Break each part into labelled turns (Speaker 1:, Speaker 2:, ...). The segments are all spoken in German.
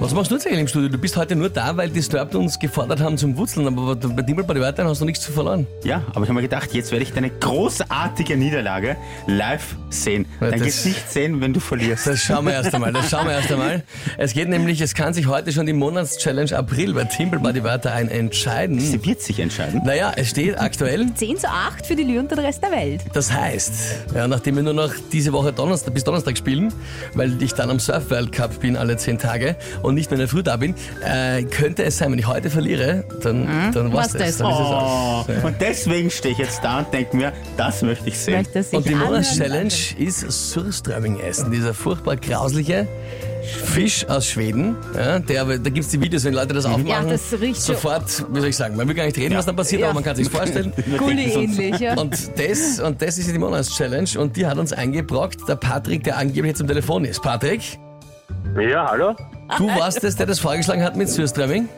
Speaker 1: Was machst du jetzt eigentlich im Studio? Du bist heute nur da, weil die Disturbed uns gefordert haben zum Wurzeln, aber bei Dimmel bei den Wörtern hast du nichts zu verloren.
Speaker 2: Ja, aber ich habe mir gedacht, jetzt werde ich deine großartige Niederlage live sehen.
Speaker 1: Ja,
Speaker 2: Dein
Speaker 1: das-
Speaker 2: Gesicht sehen, wenn du verlierst.
Speaker 1: Das schauen wir erst einmal, das schauen wir erst einmal. Es geht nämlich, es kann sich heute schon die Monatschallenge April bei Timpel bei die Wörter ein entscheiden.
Speaker 2: Sie wird sich entscheiden.
Speaker 1: Naja, es steht aktuell
Speaker 3: 10 zu 8 für die Lyon und den Rest der Welt.
Speaker 1: Das heißt, ja, nachdem wir nur noch diese Woche Donnerstag, bis Donnerstag spielen, weil ich dann am Surf World Cup bin alle zehn Tage und nicht mehr in der Früh da bin, äh, könnte es sein, wenn ich heute verliere, dann, dann war's
Speaker 3: Was
Speaker 1: das.
Speaker 3: das?
Speaker 1: Dann ist es
Speaker 2: Oh,
Speaker 1: aus. Ja.
Speaker 2: und deswegen stehe ich jetzt da und denke mir, das möchte ich sehen.
Speaker 3: Möchte sich
Speaker 1: Und die
Speaker 3: anhören.
Speaker 1: Monatschallenge ist Surströmming essen, dieser furchtbar grausliche Fisch aus Schweden. Ja, der, da gibt's die Videos, wenn Leute das aufmachen.
Speaker 3: Mhm. Ja, das riecht schon-
Speaker 1: Sofort, wie soll ich sagen, man will gar nicht reden,
Speaker 2: Ja.
Speaker 1: was dann passiert,
Speaker 3: Ja.
Speaker 1: aber man kann sich's vorstellen.
Speaker 2: Wir denken
Speaker 3: Gulli
Speaker 2: sonst-
Speaker 3: ähnlich, ja.
Speaker 1: Und das, und das ist die Monatschallenge und die hat uns eingebrockt, der Patrick, der angeblich jetzt am Telefon ist. Patrick,
Speaker 4: Ja, hallo?
Speaker 3: Ah,
Speaker 1: du warst es, der das vorgeschlagen hat mit Surströmming?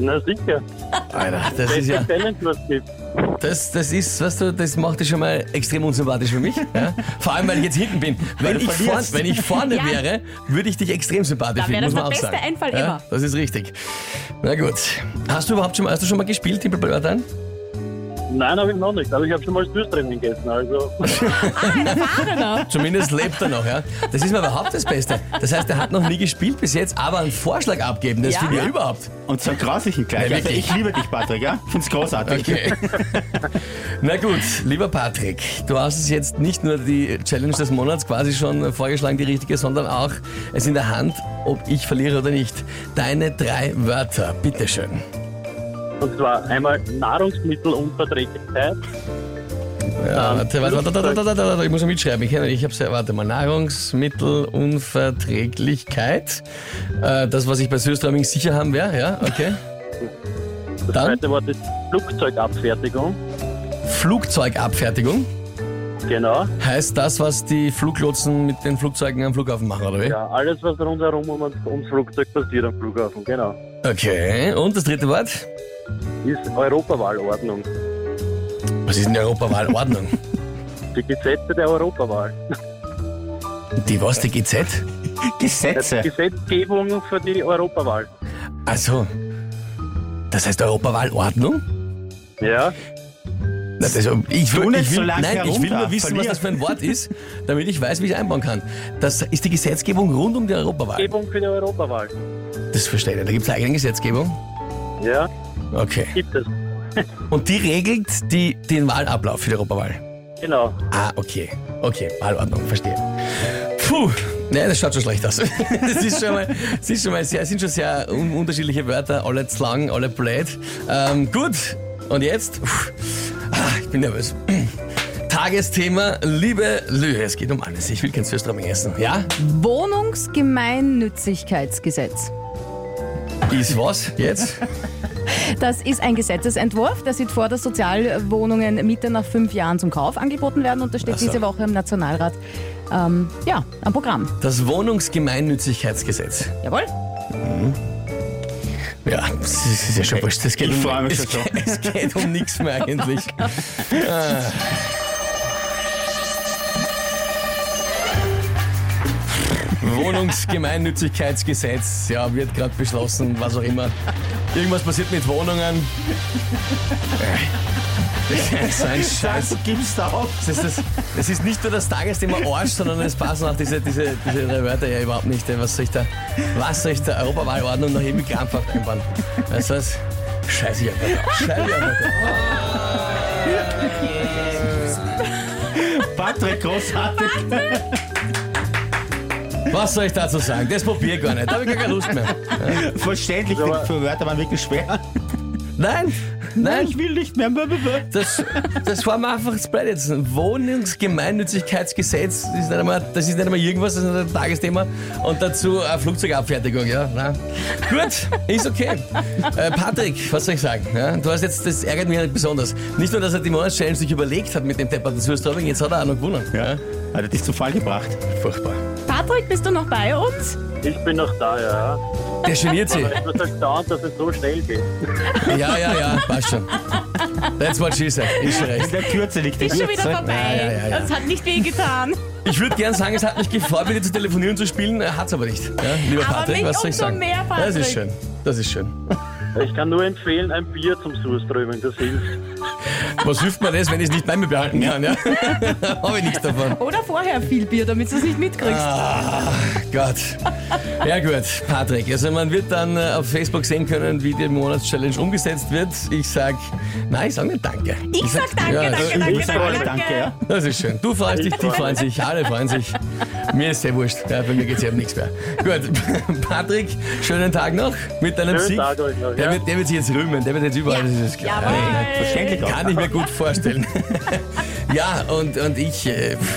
Speaker 4: Na sicher.
Speaker 1: Alter, das ist ja,
Speaker 4: Beste Challenge, was es gibt.
Speaker 1: das, das ist, weißt du, das macht dich schon mal extrem unsympathisch für mich. Ja? Vor allem, weil ich jetzt hinten bin. Wenn,
Speaker 2: du
Speaker 1: ich, vorn,
Speaker 2: verlierst.
Speaker 1: wenn ich vorne
Speaker 3: Ja.
Speaker 1: wäre, würde ich dich extrem sympathisch
Speaker 3: Dann
Speaker 1: finden,
Speaker 3: wäre
Speaker 1: muss
Speaker 3: das
Speaker 1: man auch
Speaker 3: der
Speaker 1: sagen.
Speaker 3: beste Einfall
Speaker 1: ja?
Speaker 3: ever.
Speaker 1: Das ist richtig. Na gut. Hast du überhaupt schon mal, hast du schon mal gespielt, Tippelballörtern?
Speaker 4: Nein, habe ich noch nicht, aber ich habe schon mal Süßtraining gegessen. Also,
Speaker 1: Zumindest lebt er noch, ja. Das ist mir überhaupt das Beste. Das heißt, er hat noch nie gespielt bis jetzt, aber einen Vorschlag abgeben, das
Speaker 3: Ja.
Speaker 1: finde ich überhaupt.
Speaker 2: Und so grauslichen gleich.
Speaker 1: Ja,
Speaker 2: Also
Speaker 1: wirklich.
Speaker 2: ich liebe dich, Patrick, ja? Find's großartig.
Speaker 1: Okay. Na gut, lieber Patrick, du hast es jetzt nicht nur die Challenge des Monats quasi schon vorgeschlagen, die richtige, sondern auch es in der Hand, ob ich verliere oder nicht. Deine drei Wörter, bitteschön.
Speaker 4: und zwar einmal Nahrungsmittelunverträglichkeit,
Speaker 1: Ja,
Speaker 4: Ähm,
Speaker 1: Äh, warte, warte, warte, warte, warte, warte, ich muss ja mitschreiben. Ich, ich habe ja, warte mal, Nahrungsmittelunverträglichkeit. Äh, das, was ich bei Süßtrauming sicher haben wäre, ja, okay.
Speaker 4: das
Speaker 1: Dann?
Speaker 4: zweite Wort ist Flugzeugabfertigung,
Speaker 1: Flugzeugabfertigung
Speaker 4: genau.
Speaker 1: heißt das, was die Fluglotsen mit den Flugzeugen am Flughafen machen, oder wie?
Speaker 4: Ja, alles, was rundherum um uns- ums Flugzeug passiert am Flughafen, genau.
Speaker 1: Okay, und das dritte Wort?
Speaker 4: Ist Europawahlordnung,
Speaker 1: Was ist denn die Europawahlordnung?
Speaker 4: die Gesetze der Europawahl.
Speaker 1: die was, die GZ?
Speaker 2: Gesetze.
Speaker 4: Also Gesetzgebung für die Europawahl.
Speaker 1: Also, das heißt Europawahlordnung?
Speaker 4: Ja,
Speaker 1: Na, das- ich
Speaker 2: Tu
Speaker 1: will,
Speaker 2: nicht
Speaker 1: ich will,
Speaker 2: so lang
Speaker 1: nein, ich will
Speaker 2: herunter,
Speaker 1: nur wissen, was
Speaker 2: verlier.
Speaker 1: das für ein Wort ist, damit ich weiß, wie ich es einbauen kann. Das ist die Gesetzgebung rund um die Europawahl.
Speaker 4: Gesetzgebung für die Europawahl.
Speaker 1: Das verstehe ich. Da gibt es eigene Gesetzgebung.
Speaker 4: Ja,
Speaker 1: Okay.
Speaker 4: gibt es.
Speaker 1: Und die regelt die, den Wahlablauf für die Europawahl.
Speaker 4: Genau.
Speaker 1: Ah, okay. Okay, Wahlordnung, verstehe. Puh. Nein, das schaut schon schlecht aus. Das ist schon mal, das ist schon mal sehr, sind schon sehr un unterschiedliche Wörter, alle zu lang, alle blöd. Ähm, gut, und jetzt? Puh. Ah, ich bin nervös. Tagesthema, liebe Lü, es geht um alles. Ich will kein Süßtrauming essen. Ja?
Speaker 3: Wohnungsgemeinnützigkeitsgesetz.
Speaker 1: Ist was? Jetzt?
Speaker 3: Das ist ein Gesetzesentwurf, der sieht vor, dass Sozialwohnungen Miete nach fünf Jahren zum Kauf angeboten werden und das steht
Speaker 1: Ach so.
Speaker 3: diese Woche im Nationalrat ähm, ja, am Programm.
Speaker 1: Das Wohnungsgemeinnützigkeitsgesetz.
Speaker 3: Jawohl.
Speaker 1: Ja, das ist ja schon wurscht. Es geht,
Speaker 2: Ich freue
Speaker 1: um,
Speaker 2: mich
Speaker 1: es,
Speaker 2: schon
Speaker 1: geht, es geht um nichts mehr eigentlich. Ah. Wohnungsgemeinnützigkeitsgesetz, ja, wird gerade beschlossen, was auch immer. Irgendwas passiert mit Wohnungen. Äh, Das ist ein Scheiß.
Speaker 2: Du gibst auf.
Speaker 1: Das ist, das, das ist nicht nur das Tagesthema Arsch, sondern es passen auch diese, diese, diese drei Wörter ja überhaupt nicht. ey. Was soll ich da, was soll ich da Europawahlordnung noch irgendwie krampfhaft einbauen? Weißt du was? Scheiße, ich einfach drauf. Scheiße, ich einfach drauf.
Speaker 2: Patrick, großartig.
Speaker 1: Was soll ich dazu sagen? Das probiere ich gar nicht. Da habe ich gar keine Lust mehr.
Speaker 2: Verständlich, die
Speaker 4: Aber-
Speaker 2: Wörter waren wirklich schwer.
Speaker 1: Nein, nein,
Speaker 2: Ich will nicht mehr.
Speaker 1: das, das war mir einfach das Blöd jetzt. Wohnungsgemeinnützigkeitsgesetz, das ist nicht einmal, das ist nicht einmal irgendwas, das ist ein Tagesthema. Und dazu äh, Flugzeugabfertigung, ja. Na. Gut, ist okay. Äh, Patrick, was soll ich sagen? Ja, du hast jetzt, das ärgert mich halt besonders. Nicht nur, dass er die Monatschallenge sich überlegt hat mit dem Depperten Surströmming, jetzt hat er auch noch gewonnen.
Speaker 2: Ja, hat er dich zu Fall gebracht.
Speaker 1: Furchtbar.
Speaker 3: Patrick, bist du noch bei uns?
Speaker 4: Ich bin noch da, ja.
Speaker 1: Der geniert sich.
Speaker 4: Ich bin etwas erstaunt, dass es so schnell geht.
Speaker 1: Ja, ja, ja, passt schon. That's what she said. Ist schon recht.
Speaker 2: In der Kürze liegt die
Speaker 3: Ist schon wieder
Speaker 2: Würze.
Speaker 3: vorbei.
Speaker 1: Ja, ja, ja, ja.
Speaker 3: Das hat nicht weh getan.
Speaker 1: Ich würde gern sagen, es hat mich gefreut, mit dir zu telefonieren und zu spielen. Er Hat's aber nicht. Ja, lieber
Speaker 3: Aber
Speaker 1: Patrick,
Speaker 3: mich
Speaker 1: was soll ich
Speaker 3: umso
Speaker 1: sagen?
Speaker 3: mehr,
Speaker 1: Das ist
Speaker 3: Patrick.
Speaker 1: schön. Das ist schön.
Speaker 4: Ich kann nur empfehlen, ein Bier zum Surströmen, das hilft.
Speaker 1: Was hilft mir das, wenn ich es nicht bei mir behalten kann? Ja? Habe ich nichts davon.
Speaker 3: Oder vorher viel Bier, damit du es nicht mitkriegst.
Speaker 1: Ah, Gott. Ja gut, Patrick. Also man wird dann äh, auf Facebook sehen können, wie die Monatschallenge umgesetzt wird. Ich sag, nein, ich sag nicht danke.
Speaker 3: Ich sag danke,
Speaker 1: ja, also
Speaker 3: danke, danke,
Speaker 2: Äh, Ich sag
Speaker 3: danke,
Speaker 2: alle
Speaker 3: danke.
Speaker 2: Danke, ja.
Speaker 1: Das ist schön. Du freust dich, die freuen sich, alle freuen sich. Mir ist sehr wurscht. Ja, bei mir geht's ja um nichts mehr. Gut, Patrick, schönen Tag noch mit deinem
Speaker 4: Schönen
Speaker 1: Sieg.
Speaker 4: Tag euch noch,
Speaker 1: der,
Speaker 4: ja.
Speaker 1: wird, der wird sich jetzt rühmen, der wird jetzt überall. das ist klar.
Speaker 3: Jawohl.
Speaker 2: Verständlich auch.
Speaker 1: Kann ich mir gut vorstellen. ja, und, und ich. Äh, pff,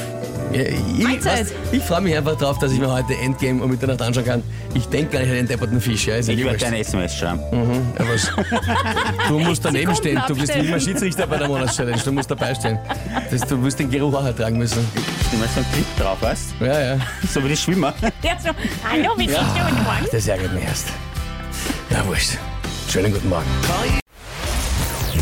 Speaker 1: ich,
Speaker 3: Mahlzeit.
Speaker 1: weißt, ich freue mich einfach drauf, dass ich mir heute Endgame um Mitternacht anschauen kann. Ich denke gar nicht an den depperten Fisch. Ja, ist
Speaker 2: Ich
Speaker 1: eh
Speaker 2: werde
Speaker 1: wurscht.
Speaker 2: deine SMS schreiben.
Speaker 1: Ja, was? Du musst daneben
Speaker 3: Sekunden
Speaker 1: stehen. Du bist nicht
Speaker 3: abstellen.
Speaker 1: mehr Schiedsrichter bei der Monatschallenge. Du musst dabei stehen. Das, du wirst den Geruch auch ertragen müssen.
Speaker 2: Du machst so einen Klick drauf, weißt
Speaker 1: Ja, ja.
Speaker 2: So wie die Schwimmer.
Speaker 3: Der so, hallo, wie ja. ist guten Morgen?
Speaker 1: Das ärgert mich erst. Ja, wurscht. Schönen guten Morgen.